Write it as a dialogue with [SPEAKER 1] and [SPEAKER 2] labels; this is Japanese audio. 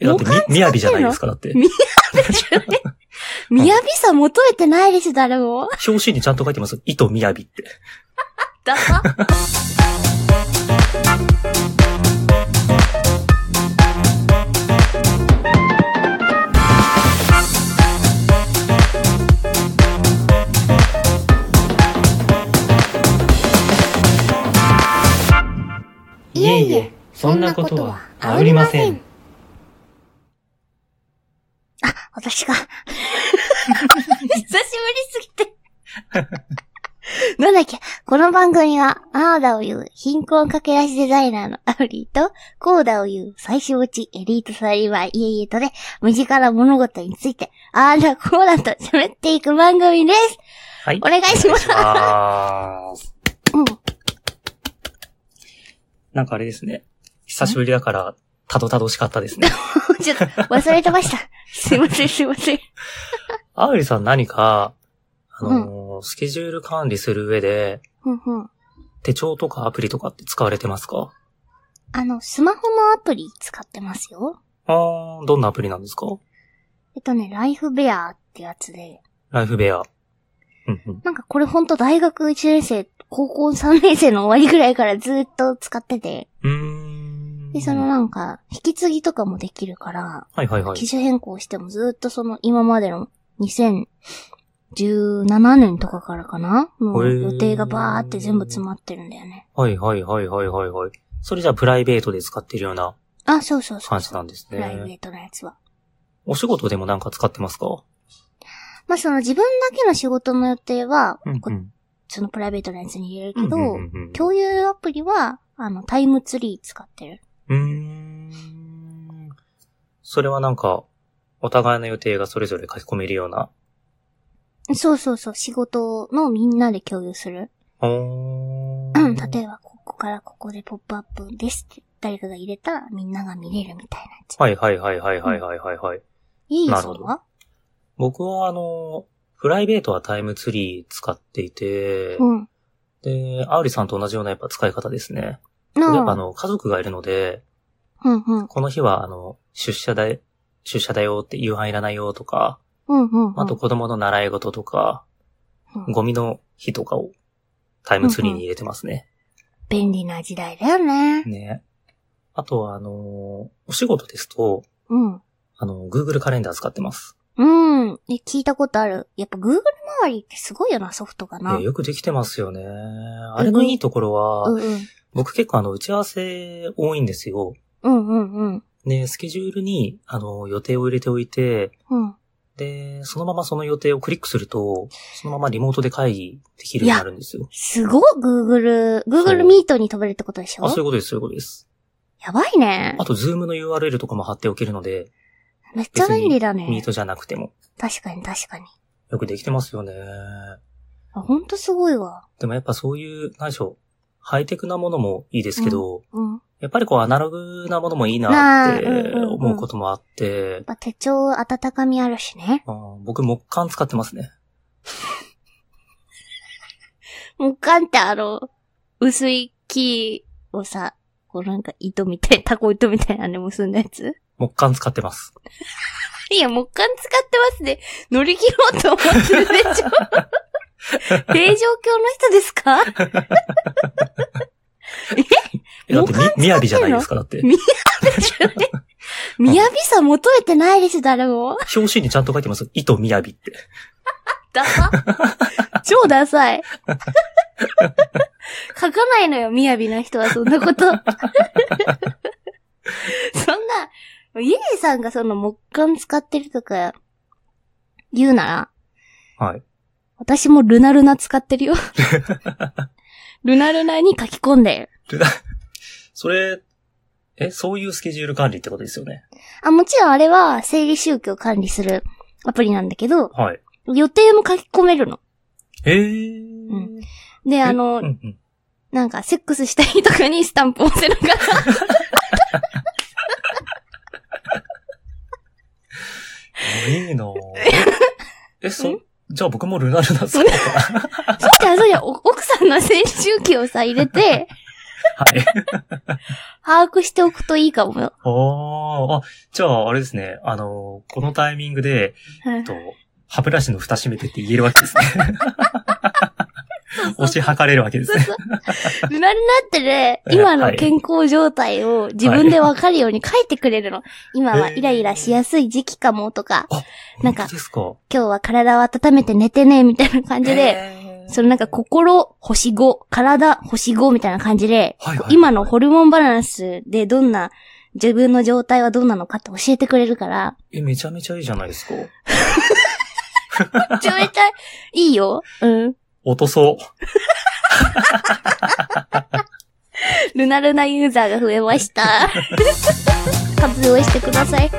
[SPEAKER 1] え、だって
[SPEAKER 2] もう完
[SPEAKER 1] み、
[SPEAKER 2] 成
[SPEAKER 1] 雅
[SPEAKER 2] して
[SPEAKER 1] じゃ
[SPEAKER 2] んの
[SPEAKER 1] ないですか、だって。
[SPEAKER 2] みみやびさ求めてないです、誰も。
[SPEAKER 1] 表紙にちゃんと書いてます。糸雅って。
[SPEAKER 2] だ
[SPEAKER 3] いえいえ、そんなことはありません。。
[SPEAKER 2] あ、私が。久しぶりすぎて。なんだっけこの番組は、あーだを言う、貧困駆け出しデザイナーのアウリーと、こうだを言う、最小値エリートサラリーマン、いえいえとで、身近な物事について、あーだこうだと喋っていく番組です。
[SPEAKER 1] はい
[SPEAKER 2] お。願い します。
[SPEAKER 1] あー
[SPEAKER 2] うん。
[SPEAKER 1] なんかあれですね。久しぶりだから、たどたどしかったですね。
[SPEAKER 2] ちょっと、忘れてました。すいません、すいません。
[SPEAKER 1] アウリさん何か、あのースケジュール管理する上で、
[SPEAKER 2] ふんふん。
[SPEAKER 1] 手帳とかアプリとかって使われてますか
[SPEAKER 2] あの、スマホのアプリ使ってますよ。
[SPEAKER 1] あー、どんなアプリなんですか
[SPEAKER 2] えっとね、ライフベアってやつで、
[SPEAKER 1] ライフベア。うんうん。
[SPEAKER 2] なんかこれほんと大学1年生、高校3年生の終わりぐらいからずっと使ってて、
[SPEAKER 1] うーん。
[SPEAKER 2] で、そのなんか、引き継ぎとかもできるから、
[SPEAKER 1] はいはいはい
[SPEAKER 2] 機。種変更してもずっとその今までの2017年とかからかなもう
[SPEAKER 1] へー
[SPEAKER 2] 予定がバーって全部詰まってるんだよね。
[SPEAKER 1] はいはいはいはいはいはい。それじゃあプライベートで使ってるような
[SPEAKER 2] あ、そうそうそう
[SPEAKER 1] 感
[SPEAKER 2] そ
[SPEAKER 1] じ
[SPEAKER 2] う。
[SPEAKER 1] なんです
[SPEAKER 2] プライベ
[SPEAKER 1] ね。
[SPEAKER 2] ートのやつは。
[SPEAKER 1] お仕事でもなんか使ってますか
[SPEAKER 2] まあ、その自分だけの仕事の予定は、
[SPEAKER 1] うん
[SPEAKER 2] こ
[SPEAKER 1] うん。
[SPEAKER 2] そのプライベートのやつに入れる
[SPEAKER 1] うん
[SPEAKER 2] けど、
[SPEAKER 1] うんうんうん
[SPEAKER 2] 共有アプリは、あの、タイムツリー使ってる。
[SPEAKER 1] うーん。それはなんか、お互いの予定がそれぞれ書き込めるような。
[SPEAKER 2] そうそうそう、仕事のみんなで共有する。
[SPEAKER 1] お
[SPEAKER 2] う
[SPEAKER 1] ー
[SPEAKER 2] ん、例えば、ここからここでポップアップですって、誰かが入れたらみんなが見れるみたいなやつ。
[SPEAKER 1] はいはいはいはいはいはいはいはい。
[SPEAKER 2] いい
[SPEAKER 1] な
[SPEAKER 2] よ、
[SPEAKER 1] る
[SPEAKER 2] そ
[SPEAKER 1] ほ
[SPEAKER 2] れ
[SPEAKER 1] ど
[SPEAKER 2] は
[SPEAKER 1] 僕はあの、プライベートはタイムツリー使っていて、
[SPEAKER 2] うん。
[SPEAKER 1] で、アウリさんと同じようなやっぱ使い方ですね。僕やっぱあ
[SPEAKER 2] なあ、
[SPEAKER 1] の、家族がいるので、
[SPEAKER 2] うんうん。
[SPEAKER 1] この日はあの、出社だ、出社だよって夕飯いらないよとか、
[SPEAKER 2] うんうんうん。
[SPEAKER 1] あと子供の習い事とか、
[SPEAKER 2] うん
[SPEAKER 1] ゴミの日とかをタイムツリーに入れてますね。
[SPEAKER 2] 便利な時代だよね。
[SPEAKER 1] ね。あとは、あのーお仕事ですと、
[SPEAKER 2] うん。
[SPEAKER 1] あの、Google カレンダー使ってます。
[SPEAKER 2] うん。え、聞いたことある。やっぱ Google 周りってすごいよな、ソフトがな。
[SPEAKER 1] ねよくできてますよね。あれのいいところ
[SPEAKER 2] う
[SPEAKER 1] は、
[SPEAKER 2] んうん。
[SPEAKER 1] 僕結構あの、打ち合わせ多いんですよ。
[SPEAKER 2] うんうんうん。
[SPEAKER 1] ね、スケジュールに、あの、予定を入れておいて、
[SPEAKER 2] うん。
[SPEAKER 1] で、そのままその予定をクリックすると、そのままリモートで会議できるようになるんですよ。
[SPEAKER 2] すごっ、Google、Google
[SPEAKER 1] そう
[SPEAKER 2] Meet に飛べるってことでしょ
[SPEAKER 1] あ、そういうことです、そういうことです。
[SPEAKER 2] やばいね
[SPEAKER 1] あ。と、ズームの URL とかも貼っておけるので、
[SPEAKER 2] めっちゃ便利だ
[SPEAKER 1] ミ
[SPEAKER 2] ね
[SPEAKER 1] ー。トじゃなくても、
[SPEAKER 2] 確かに確かに。
[SPEAKER 1] よくできてますよね。
[SPEAKER 2] あほんとすごいわ。
[SPEAKER 1] でもやっぱそういう、何でしょう、ハイテクなものもいいですけど、
[SPEAKER 2] うん。やっ
[SPEAKER 1] やっぱりこうアナログなものもいいなって
[SPEAKER 2] なあうんうんうん
[SPEAKER 1] 思うこともあって、
[SPEAKER 2] ぱ手帳温かみあるしね。
[SPEAKER 1] あー僕木簡使ってますね。
[SPEAKER 2] 木簡ってあの、薄い木をさ、こうなんか糸みたい、タコ糸みたいなんで結んだやつ
[SPEAKER 1] 木簡使ってます。
[SPEAKER 2] いや、木簡使ってますね。乗り切ろうと思ってるでしょ平常教の人ですか
[SPEAKER 1] えだって
[SPEAKER 2] 木簡使ってんの
[SPEAKER 1] み、みやびじゃないですか、だって
[SPEAKER 2] み。みやびさ求めてないです、誰も。
[SPEAKER 1] 表紙にちゃんと書いてます。糸みやびって。
[SPEAKER 2] ダサ超ダサい。書かないのよ、みやびな人はそん なこと。そんな、イエイさんがその木管使ってるとか、言うなら、
[SPEAKER 1] はい。
[SPEAKER 2] 私もルナルナ使って るよ。ルナルナに書き込んでる。
[SPEAKER 1] それ、え、そういうスケジュール管理ってことですよね。
[SPEAKER 2] あ、もちろんあれは、生理宗教を管理するアプリなんだけど、
[SPEAKER 1] はい。
[SPEAKER 2] 予定も書き込めるの。
[SPEAKER 1] えー。
[SPEAKER 2] んで、あの
[SPEAKER 1] うん、うん。
[SPEAKER 2] なんか、セックスしたいとかにスタンプ押せるから。
[SPEAKER 1] あいいな ぁえ、そ、じゃあ僕もルナルナ使おうかな。
[SPEAKER 2] そ したら、そうじゃん、お奥さんの先週期をさ、入れて、
[SPEAKER 1] はい。
[SPEAKER 2] 把握しておくといいかもよ。
[SPEAKER 1] ああ、あ、じゃあ、あれですね。あの、このタイミングで、
[SPEAKER 2] う
[SPEAKER 1] えっ
[SPEAKER 2] ん
[SPEAKER 1] と、歯ブラシの蓋閉めてって言えるわけですね。押し量れるわけですね。
[SPEAKER 2] ルナルナってね、今の健康状態を自分でわかるように書いてくれるの。今はイライラしやすい時期かもとか、なんか
[SPEAKER 1] 本当ですか。
[SPEAKER 2] 今日は体を温めて寝てね、みたいな感じで、
[SPEAKER 1] へー
[SPEAKER 2] そのなんか心星5、体星5みたいな感じで、
[SPEAKER 1] はいはいはい
[SPEAKER 2] 今のホルモンバランスでどんな、自分の状態はどうなのかって教えてくれる から、
[SPEAKER 1] え、めちゃめちゃいいじゃないですか。
[SPEAKER 2] めちゃめちゃいいよ。うん。
[SPEAKER 1] 落とそう。
[SPEAKER 2] ルナルナユーザーが増えました。活用してください。